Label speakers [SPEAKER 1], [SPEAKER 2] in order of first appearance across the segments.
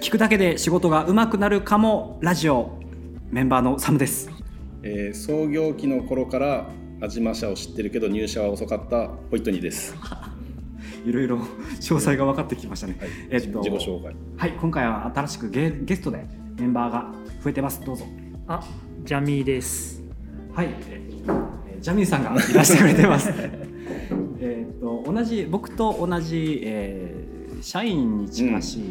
[SPEAKER 1] 聞くだけで仕事が上手くなるかもラジオメンバーのサムです
[SPEAKER 2] えー創業期の頃から味ま社を知ってるけど入社は遅かったホイットニーです。
[SPEAKER 1] いろいろ詳細が分かってきましたね、
[SPEAKER 2] はい、
[SPEAKER 1] えっと
[SPEAKER 2] 自己紹介。
[SPEAKER 1] はい今回は新しくゲゲストでメンバーが増えてますどうぞ
[SPEAKER 3] あ、ジャミーです。
[SPEAKER 1] はい、えージャミーさんがいらしてくれて ます。えーっと同じ僕と同じ、えー社員に近しい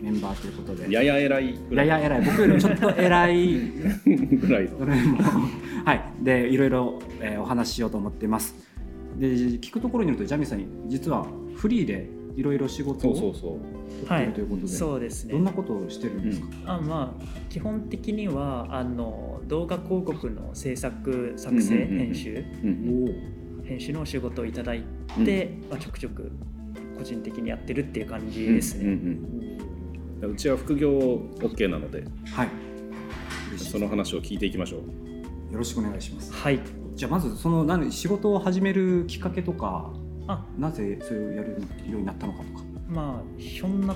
[SPEAKER 1] メンバーということで、
[SPEAKER 2] やや偉いぐ
[SPEAKER 1] や
[SPEAKER 2] らい
[SPEAKER 1] や偉い僕よりもちょっと偉い
[SPEAKER 2] ぐらいの。
[SPEAKER 1] それも はいでいろいろ、えーお話ししようと思ってます。で聞くところによるとジャミーさん実はフリーでいろいろ仕事
[SPEAKER 2] そ
[SPEAKER 1] を
[SPEAKER 2] うそ
[SPEAKER 1] 取
[SPEAKER 2] うそう。
[SPEAKER 1] っているということで、
[SPEAKER 3] そうです
[SPEAKER 1] どんな
[SPEAKER 3] ね。
[SPEAKER 1] ことをしてるん
[SPEAKER 2] う
[SPEAKER 1] ですか。
[SPEAKER 2] ん。
[SPEAKER 3] あ、まあ基本的にはあの動画広告の制作、作成、
[SPEAKER 2] うんうんうんうん
[SPEAKER 3] 編集、
[SPEAKER 2] うん
[SPEAKER 3] 編集のお仕事をいただい
[SPEAKER 2] うん
[SPEAKER 3] て、まあちょくちょく個人的にやってるっていう感じです
[SPEAKER 2] うん
[SPEAKER 3] ね。
[SPEAKER 2] うんうちは副業 OK なので
[SPEAKER 1] おーはい。嬉しい
[SPEAKER 2] その話を聞いていきましょう
[SPEAKER 1] よろしくお願いします。
[SPEAKER 3] はい。
[SPEAKER 1] じゃあまずその何仕事を始めるきっかけとか
[SPEAKER 3] あ、
[SPEAKER 1] なぜそれをやるようになったのかとか。
[SPEAKER 3] まあひょんな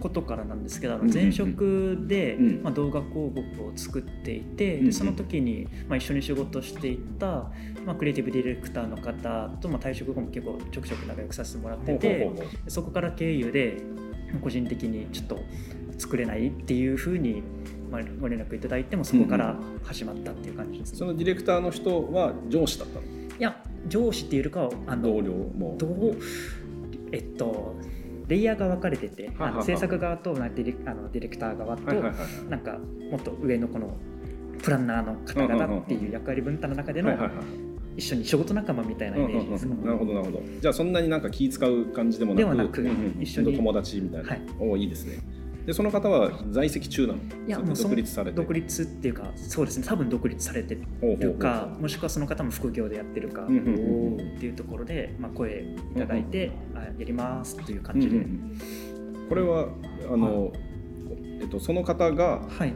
[SPEAKER 3] ことからなんですけどあ
[SPEAKER 2] うん
[SPEAKER 3] の
[SPEAKER 2] うんうん
[SPEAKER 3] 前職で、
[SPEAKER 2] うん
[SPEAKER 3] まあ、動画広告を作ってい
[SPEAKER 2] ん
[SPEAKER 3] て
[SPEAKER 2] うん
[SPEAKER 3] でその時に、まあ、一緒に仕事していた、まあ、クリエイティブディレクターの方と、まあ、退職後も結構ちょくちょく仲良くさせてもらってて
[SPEAKER 2] ほうほうほうほう
[SPEAKER 3] そこから経由で個人的にちょっと作れないっていうふうに、まあ、ご連絡いただいてもそこから始まったっていう感じです
[SPEAKER 2] そ
[SPEAKER 3] ね。
[SPEAKER 2] のディレクターの人は上司だったの
[SPEAKER 3] いや上司っていうよりかはあの
[SPEAKER 2] 同僚も
[SPEAKER 3] どうえっとレイヤーが分かれてて、
[SPEAKER 2] はいはいはい
[SPEAKER 3] あの制作側となんかディレあのディレクター側と、
[SPEAKER 2] はいはいはい
[SPEAKER 3] なんかもっと上のこのプランナーの方々っていう役割分担の中で
[SPEAKER 2] は
[SPEAKER 3] の
[SPEAKER 2] いはいはい
[SPEAKER 3] 一緒に仕事仲間みたいな
[SPEAKER 2] うん
[SPEAKER 3] イ
[SPEAKER 2] う
[SPEAKER 3] メージ
[SPEAKER 2] ん
[SPEAKER 3] で
[SPEAKER 2] う
[SPEAKER 3] す、
[SPEAKER 2] んなるほどなるほどじゃあそんなになんか気使う感じでもなく
[SPEAKER 3] ではなく
[SPEAKER 2] うんうん
[SPEAKER 3] 一緒に
[SPEAKER 2] 友達みたいな、
[SPEAKER 3] はい
[SPEAKER 2] おおいいですねでその方は在籍中なの
[SPEAKER 3] いや
[SPEAKER 2] それ
[SPEAKER 3] もうその
[SPEAKER 2] 独立されて
[SPEAKER 3] 独立っていうかそうですね多分独立されて
[SPEAKER 2] ほうほう
[SPEAKER 3] る
[SPEAKER 2] ほう
[SPEAKER 3] かもしくはその方も副業でやってるか、
[SPEAKER 2] うんうんうんうん
[SPEAKER 3] っていうところで、まあ、声いただいて、あやりますという感
[SPEAKER 2] うんう
[SPEAKER 3] じで、
[SPEAKER 2] んうんこれはあの、えっと、その方が
[SPEAKER 3] はい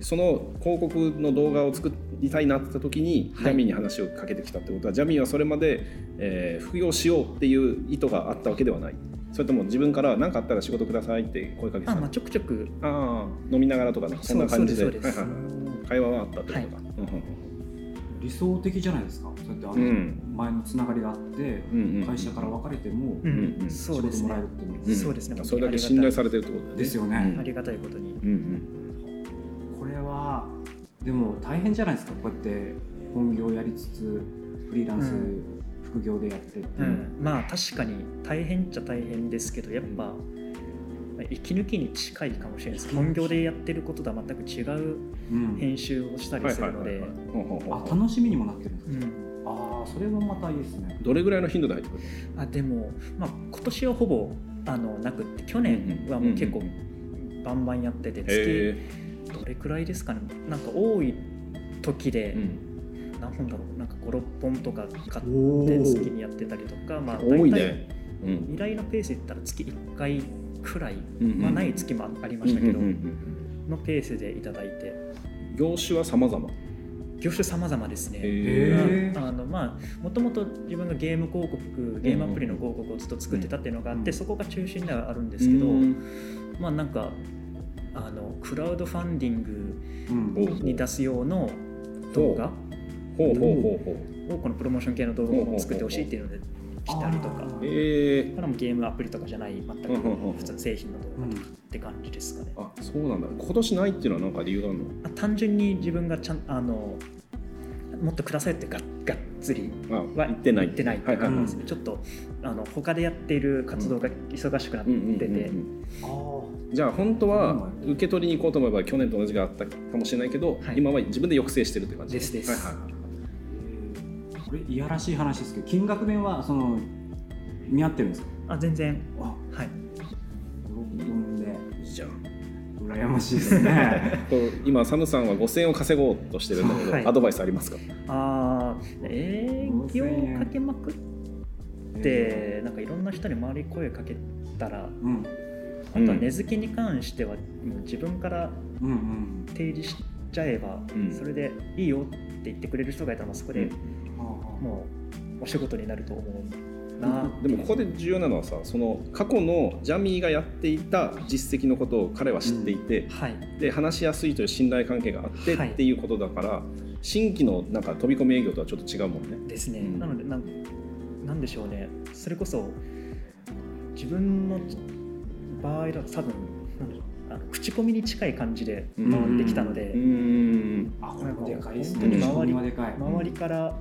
[SPEAKER 2] その広告の動画を作りたいなってた時に、
[SPEAKER 3] はい
[SPEAKER 2] ジャミーに話をかけてきたってことはジャミーはそれまで、えー副業しようっていう意図があったわけではないそれとも自分から何かあったら仕事くださいって声かけてた
[SPEAKER 3] あま
[SPEAKER 2] の
[SPEAKER 3] あ、ちょくちょく
[SPEAKER 2] ああ飲みながらとかなんかそんな感じで
[SPEAKER 3] そうですそうです
[SPEAKER 2] はいはいはい会話はあったってことか、
[SPEAKER 1] 理想的じゃないですか。そうやってあの、
[SPEAKER 2] うんうん
[SPEAKER 1] 前のつながりがあって、
[SPEAKER 2] うんうんうん
[SPEAKER 1] 会社から別れても、
[SPEAKER 3] うん
[SPEAKER 2] うんうん
[SPEAKER 1] 仕
[SPEAKER 3] そうで
[SPEAKER 1] 事
[SPEAKER 3] す
[SPEAKER 1] も
[SPEAKER 3] ね
[SPEAKER 1] らえるっていうのは
[SPEAKER 2] うん
[SPEAKER 3] そうですね
[SPEAKER 2] それだけ信頼されてるってことだよね
[SPEAKER 1] ですよね
[SPEAKER 3] ありがたいことに
[SPEAKER 2] うんうん
[SPEAKER 1] これはでも大変じゃないですか。こうやって本業やりつつフリーランス、
[SPEAKER 3] うん
[SPEAKER 1] 副業でやってって、
[SPEAKER 3] うんまあ確かに大変っちゃ大変ですけどやっぱ、まあ息抜きに近いかもしれないです本業でやってることとは全く違う
[SPEAKER 1] うん
[SPEAKER 3] 編集をしたりするので
[SPEAKER 2] はいはいはいはいほうほうほう
[SPEAKER 1] あ楽しみにもなってるんです
[SPEAKER 3] う
[SPEAKER 1] か。
[SPEAKER 3] ん
[SPEAKER 1] ああそれもまたいいですね。
[SPEAKER 2] どれぐらいの頻度で入ってくる
[SPEAKER 3] あでも、まあ、今年はほぼあのなくって去年はもう結構
[SPEAKER 2] うんうんうん
[SPEAKER 3] バンバンやってて、
[SPEAKER 2] へえ
[SPEAKER 3] 月どれくらいですかねなんか多い時で
[SPEAKER 2] うん
[SPEAKER 3] 何本だろうなんか56本とか買って
[SPEAKER 1] お
[SPEAKER 3] 月にやってたりとか、まあ、
[SPEAKER 2] 多い
[SPEAKER 3] 大体
[SPEAKER 2] ねうん
[SPEAKER 3] 依頼のペースで言ったら月1回くらい、
[SPEAKER 2] うんうん
[SPEAKER 3] まあ、ない月もありましたけど、
[SPEAKER 2] うんうんうん
[SPEAKER 3] のペースでいただいて
[SPEAKER 2] うん業種は様々
[SPEAKER 3] 業種様々です
[SPEAKER 2] へ
[SPEAKER 3] ね。
[SPEAKER 2] え
[SPEAKER 1] へー
[SPEAKER 3] あのまあ、もともと自分がゲーム広告ゲームアプリの広告をずっと作ってたっていうのがあっ
[SPEAKER 1] うんう
[SPEAKER 3] て
[SPEAKER 1] ん
[SPEAKER 3] そこが中心ではあるんですけど
[SPEAKER 2] うん
[SPEAKER 3] まあなんかあのクラウドファンディング
[SPEAKER 1] うん
[SPEAKER 2] お
[SPEAKER 3] に出す用の動画
[SPEAKER 2] ほうほうほうほう
[SPEAKER 3] をこのプロモーション系の動画を作ってほしいっていうので来たりとか
[SPEAKER 1] あー
[SPEAKER 2] ええ
[SPEAKER 3] だからもうゲームアプリとかじゃない全く
[SPEAKER 2] うんうんうん
[SPEAKER 3] 普通の製品の動
[SPEAKER 1] う
[SPEAKER 3] 画
[SPEAKER 1] ん
[SPEAKER 3] って感じですかね。
[SPEAKER 2] あそうなんだ今年ないっていうのは何か理由があるの
[SPEAKER 3] あ単純に自分がちゃんあのもっとくださいってががっつり
[SPEAKER 2] あ
[SPEAKER 3] は
[SPEAKER 2] 行ってない
[SPEAKER 3] 行ってないって
[SPEAKER 2] はいいうはい
[SPEAKER 3] 感
[SPEAKER 2] は
[SPEAKER 3] じ
[SPEAKER 2] い
[SPEAKER 3] ですね、ちょっとあの他でやっている活動が忙しくなっ
[SPEAKER 2] うんうんうん
[SPEAKER 3] て
[SPEAKER 2] う
[SPEAKER 3] て、
[SPEAKER 2] ん
[SPEAKER 1] あー
[SPEAKER 2] じゃあ本当は
[SPEAKER 1] うん
[SPEAKER 2] 受け取りに行こうと思えば去年と同じがあったかもしれないけど、
[SPEAKER 3] はい
[SPEAKER 2] 今は自分で抑制してるって感じ
[SPEAKER 3] ですです
[SPEAKER 2] はいは
[SPEAKER 1] え
[SPEAKER 2] い
[SPEAKER 1] ーこれいやらしい話ですけど金額面はその見合ってるんですか。
[SPEAKER 3] あ全然
[SPEAKER 1] あ
[SPEAKER 3] はい
[SPEAKER 1] 喜んで
[SPEAKER 2] はい、いいじゃん
[SPEAKER 1] 羨ましいです ね。
[SPEAKER 2] こう今サムさんは5000円を稼ごうとしてるんだけど、
[SPEAKER 3] はい
[SPEAKER 2] アドバイスありますか
[SPEAKER 3] あー営業
[SPEAKER 1] 5000円
[SPEAKER 3] かけまくっ
[SPEAKER 1] え
[SPEAKER 3] てなんかいろんな人に周り声かけたら
[SPEAKER 1] ーうん
[SPEAKER 3] あとは根付けに関してはもう自分から
[SPEAKER 1] うんうん。
[SPEAKER 3] 提示しちゃえば、
[SPEAKER 2] うん
[SPEAKER 3] それでいいよって言ってくれる人がいたらもうそこで
[SPEAKER 2] う
[SPEAKER 3] もうお仕事になると思うな
[SPEAKER 2] でもここで重要なのはさその過去のジャミーがやっていた実績のことを彼は知っていて、
[SPEAKER 3] はい
[SPEAKER 2] で話しやすいという信頼関係があって
[SPEAKER 3] はい
[SPEAKER 2] っていうことだから、新規のなんか飛び込み営業とはちょっと違うもんね。
[SPEAKER 3] ですね、
[SPEAKER 2] うん
[SPEAKER 3] なのでなんなんでしょうねそれこそ自分の場合だと多分なんでしょうあの口コミに近い感じで回ってきたので、
[SPEAKER 2] ん
[SPEAKER 1] あこれもでかいです
[SPEAKER 2] う
[SPEAKER 1] ね
[SPEAKER 2] ん
[SPEAKER 1] 周りはでかい
[SPEAKER 3] 周りから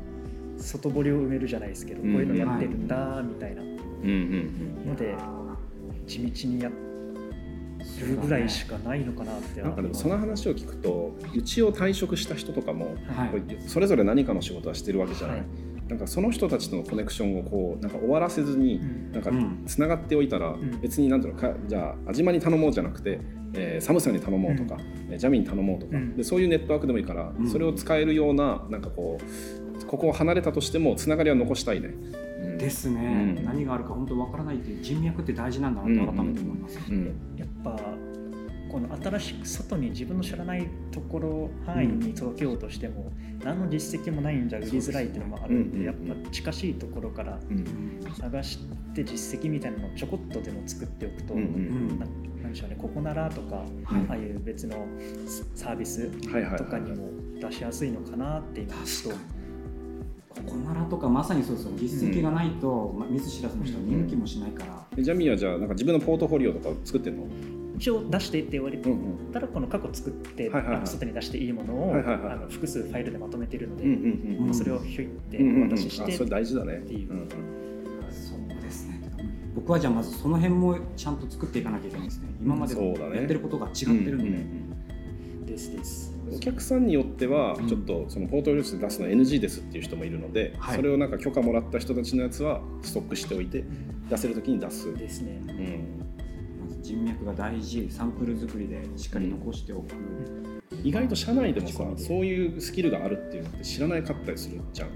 [SPEAKER 3] 外堀を埋めるじゃないですけど、
[SPEAKER 2] うん
[SPEAKER 3] こういうのやってるんだみたいな
[SPEAKER 2] うんうん
[SPEAKER 3] ので地道にやるぐらいしかないのかなって
[SPEAKER 2] なんかでもその話を聞くとうちを退職した人とかも
[SPEAKER 1] はい
[SPEAKER 2] こうそれぞれ何かの仕事はしてるわけじゃない、
[SPEAKER 3] はい
[SPEAKER 2] なんかその人たちとのコネクションをこうなんか終わらせずに
[SPEAKER 3] うん
[SPEAKER 2] なんか
[SPEAKER 1] うん
[SPEAKER 2] つながっておいたら
[SPEAKER 3] ん
[SPEAKER 2] 別になんていうのかじゃあ味間に頼もうじゃなくて、えー、サムさんに頼もうとか、えージャミに頼もうとか、
[SPEAKER 3] うん
[SPEAKER 2] でそういうネットワークでもいいから、
[SPEAKER 1] うん
[SPEAKER 2] それを使えるようななんかこうここを離れたとしてもつながりは残したいね。うん
[SPEAKER 1] ですね、
[SPEAKER 2] うん
[SPEAKER 1] 何があるか本当わからないっていう人脈って大事なんだなって改めて思います、
[SPEAKER 2] うん
[SPEAKER 3] やっぱこの新しく外に自分の知らないところ範囲に届けようとしても、何の実績もないんじゃ売りづらいっていうのもあるんで、
[SPEAKER 2] そうですね
[SPEAKER 3] やっぱ近しいところから
[SPEAKER 2] うん
[SPEAKER 3] 探して実績みたいなのをちょこっとでも作っておくと、
[SPEAKER 2] うんうん
[SPEAKER 1] うん
[SPEAKER 3] ななんでしょうねここならとか、
[SPEAKER 1] はい
[SPEAKER 3] ああいう別のサービス
[SPEAKER 2] はいはいはい
[SPEAKER 3] とかにも出しやすいのかなって今ちょっ
[SPEAKER 1] 確かにここならとかまさにそうですよ実績がないと、まあ、見ず知らずの人は見向きもしないから、
[SPEAKER 2] でジャミはじゃあなんか自分のポートフォリオとか作ってんの、
[SPEAKER 3] と一応出してって言われ
[SPEAKER 2] うん
[SPEAKER 3] たらこの過去作って、
[SPEAKER 2] はいはいはい
[SPEAKER 3] あの外に出していいものを、
[SPEAKER 2] はいはいはい
[SPEAKER 3] あの複数ファイルでまとめてるので、
[SPEAKER 2] うんうん
[SPEAKER 3] まあそれをひょいって
[SPEAKER 2] うんうん
[SPEAKER 3] お渡しし
[SPEAKER 2] あ
[SPEAKER 3] て、
[SPEAKER 2] それ大事だね。
[SPEAKER 3] っていう
[SPEAKER 2] うん
[SPEAKER 1] そうですね僕はじゃあまずその辺もちゃんと作っていかなきゃいけないですね今まで
[SPEAKER 2] そうだね
[SPEAKER 1] やってることが違って
[SPEAKER 2] うん
[SPEAKER 1] るんで、
[SPEAKER 2] うんうん
[SPEAKER 3] ですです。
[SPEAKER 2] お客さんによっては
[SPEAKER 1] うん
[SPEAKER 2] ちょっとそのポートフォリオで出すの NG ですっていう人もいるので、
[SPEAKER 1] はい
[SPEAKER 2] それをなんか許可もらった人たちのやつはストックしておいて出せる時に出す、
[SPEAKER 3] ですね。
[SPEAKER 2] うん、
[SPEAKER 1] まず人脈が大事サンプル作りでしっかり残しておく、
[SPEAKER 2] 意外と社内でもさ
[SPEAKER 1] 口コミで
[SPEAKER 2] そういうスキルがあるっていうのって知らないかったりするじゃん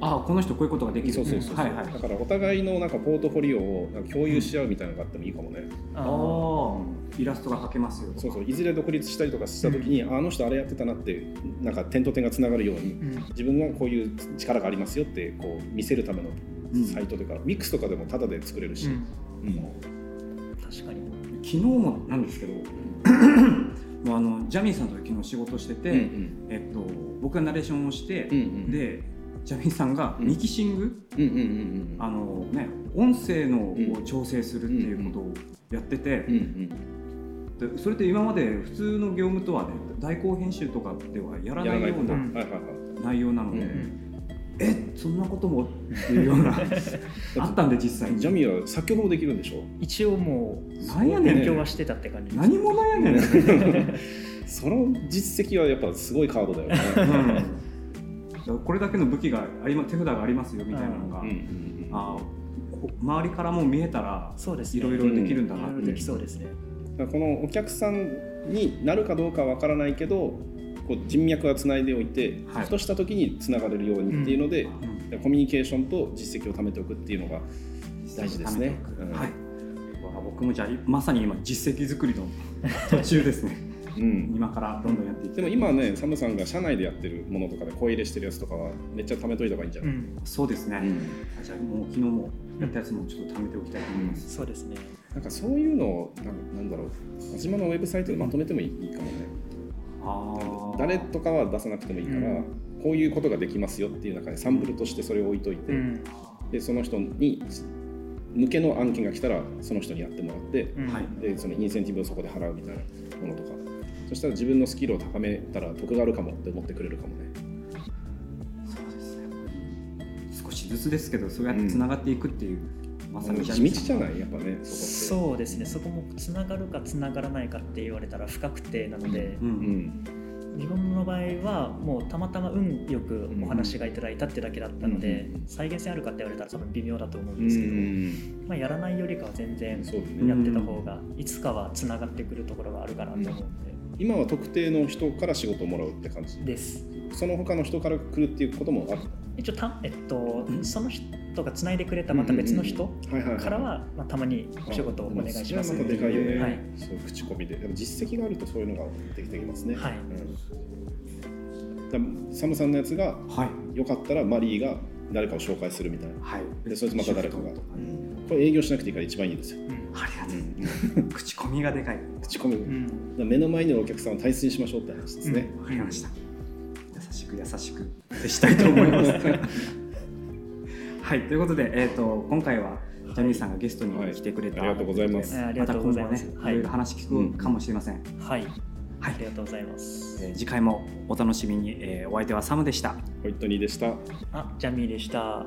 [SPEAKER 1] ああこの人こういうことができる
[SPEAKER 2] そうそうそうそう、
[SPEAKER 1] はいはい
[SPEAKER 2] だからお互いのなんかポートフォリオをなんか共有し合うみたいなのがあってもいいかもね、
[SPEAKER 3] あ
[SPEAKER 1] あ
[SPEAKER 3] の
[SPEAKER 1] あイラストが描けますよとか
[SPEAKER 2] そうそういずれ独立したりとかした時に、あの人あれやってたなってなんか点と点がつながるように
[SPEAKER 3] うん
[SPEAKER 2] 自分はこういう力がありますよってこう見せるための
[SPEAKER 1] うん
[SPEAKER 2] サイトとか、ミックスとかでもタダで作れるし、うん
[SPEAKER 3] 確かに。
[SPEAKER 1] 昨日もなんですけ どもうあのジャミーさんと昨日仕事してて、
[SPEAKER 2] うん
[SPEAKER 1] えっと、僕がナレーションをして、
[SPEAKER 2] うんうん
[SPEAKER 1] でジャミーさんがミキシング、
[SPEAKER 2] うんうんうんうん
[SPEAKER 1] あのね、音声の
[SPEAKER 2] うん
[SPEAKER 1] を調整するっていうことをやってて
[SPEAKER 2] うんう、ん
[SPEAKER 1] でそれって今まで普通の業務とはね代行編集とかではやらないよう
[SPEAKER 2] と
[SPEAKER 1] な
[SPEAKER 2] はいはいはい
[SPEAKER 1] 内容なので、
[SPEAKER 2] うん
[SPEAKER 1] えそんなこともっていうよ うなあったんで実際に
[SPEAKER 2] ジャミーは作曲もできるんで しょ
[SPEAKER 3] 一応もう
[SPEAKER 1] なんやねん
[SPEAKER 3] 勉強はしてたって感じです。
[SPEAKER 1] 何者やねん、うん
[SPEAKER 2] その実績はやっぱすごいカードだよね
[SPEAKER 1] だからこれだけの武器がありま手札がありますよみたいなのが、
[SPEAKER 2] うんうんうん
[SPEAKER 1] あこ周りからも見えたら
[SPEAKER 3] そうですね。
[SPEAKER 1] いろいろできるんだなっ
[SPEAKER 3] いろ
[SPEAKER 1] て
[SPEAKER 3] いろできそうですね。
[SPEAKER 2] だからこのお客さんになるかどうかはわからないけどこう人脈はつないでおいて、
[SPEAKER 1] はい
[SPEAKER 2] ふとした時につながれるようにっていうので、
[SPEAKER 1] うん
[SPEAKER 2] コミュニケーションと実績を貯めておくっていうのが大事ですねうん
[SPEAKER 1] はい。わあ僕もじゃあまさに今実績作り の途中ですね。
[SPEAKER 2] うん
[SPEAKER 1] 今からどんどんやっていき
[SPEAKER 2] で
[SPEAKER 1] たい
[SPEAKER 2] も今ねサムさんが社内でやってるものとかで声入れしてるやつとかはめっちゃ貯めといた方がいいんじゃ
[SPEAKER 3] う
[SPEAKER 2] ない、
[SPEAKER 3] ん、
[SPEAKER 1] そうですね。
[SPEAKER 2] うん
[SPEAKER 1] あじゃあもう昨日もやったやつもちょっと貯めておきたいと思います。
[SPEAKER 3] そうですね。
[SPEAKER 2] なんかそういうのをなんなんだろう安島のウェブサイトでまとめてもいいかもね
[SPEAKER 1] ああ。
[SPEAKER 2] 誰とかは出さなくてもいいから、
[SPEAKER 3] うん
[SPEAKER 2] こういうことができますよっていう中でサンプルとしてそれを置いといて、
[SPEAKER 3] うん、
[SPEAKER 2] でその人に向けの案件が来たらその人にやってもらって、
[SPEAKER 3] うん
[SPEAKER 1] はい。
[SPEAKER 2] でそのインセンティブをそこで払うみたいなものとかそしたら自分のスキルを高めたら得があるかもって思ってくれるかもね
[SPEAKER 1] そうですね。少しずつですけどそうやって繋がっていくっていう、まさに
[SPEAKER 2] 地道じゃ
[SPEAKER 1] ない。
[SPEAKER 2] ないやっぱねそこって
[SPEAKER 3] そうですね。そこもつながるかつながらないかって言われたら不確定なので、
[SPEAKER 1] う。
[SPEAKER 2] うんん
[SPEAKER 3] 自分の場合はもうたまたま運よくお話がいただいたってだけだったので、
[SPEAKER 2] うん
[SPEAKER 3] 再現性あるかって言われたら多分微妙だと思う
[SPEAKER 2] うん
[SPEAKER 3] ですけど、
[SPEAKER 2] ん
[SPEAKER 3] まあ、やらないよりかは全然
[SPEAKER 2] そうだね、
[SPEAKER 3] やってた方がいつかはつながってくるところがあるかなと思うんで、
[SPEAKER 2] 今は特定の人から仕事をもらうって感じ
[SPEAKER 3] です
[SPEAKER 2] その他の人から来るっていうこともある
[SPEAKER 3] 一応た、えっと
[SPEAKER 1] う、ん
[SPEAKER 3] その人がつないでくれたまた別の人からは、まあ、たまにお仕事をお願いします
[SPEAKER 2] それはまたでかいよね、
[SPEAKER 3] はい
[SPEAKER 2] そう口コミででも実績があるとそういうのができてきますね、
[SPEAKER 3] はい
[SPEAKER 2] うんだからサムさんのやつが
[SPEAKER 1] はい。
[SPEAKER 2] よかったらマリーが誰かを紹介するみたいな
[SPEAKER 1] はい
[SPEAKER 2] でそいつまた誰かが
[SPEAKER 1] 主婦とか
[SPEAKER 2] う
[SPEAKER 1] ね
[SPEAKER 2] んこれ営業しなくていいから一番いいですよ、
[SPEAKER 1] ありがとうございます口コミがでかい
[SPEAKER 2] 口コミ、
[SPEAKER 3] う
[SPEAKER 2] だか
[SPEAKER 3] ん
[SPEAKER 2] ら目の前にいるお客さんを大切にしましょうって話ですね、
[SPEAKER 1] わかりました。優しく優しく接したいと思います。はい、ということで、えっ、と、今回は。ジャニーさんがゲストに来てくれた、
[SPEAKER 2] はいありがとうございます
[SPEAKER 3] あり
[SPEAKER 1] ま
[SPEAKER 3] が
[SPEAKER 1] た
[SPEAKER 3] と
[SPEAKER 1] 今後
[SPEAKER 3] うござい
[SPEAKER 1] は
[SPEAKER 3] ます
[SPEAKER 1] ね、
[SPEAKER 3] はい
[SPEAKER 1] いろいろ話聞くかもしれません。
[SPEAKER 3] はい
[SPEAKER 1] は
[SPEAKER 3] あ
[SPEAKER 1] い、
[SPEAKER 3] りがとうございます
[SPEAKER 1] えー次回もお楽しみに、えーお相手はサムでした。
[SPEAKER 2] ホイットニーでした
[SPEAKER 3] あジャミーでした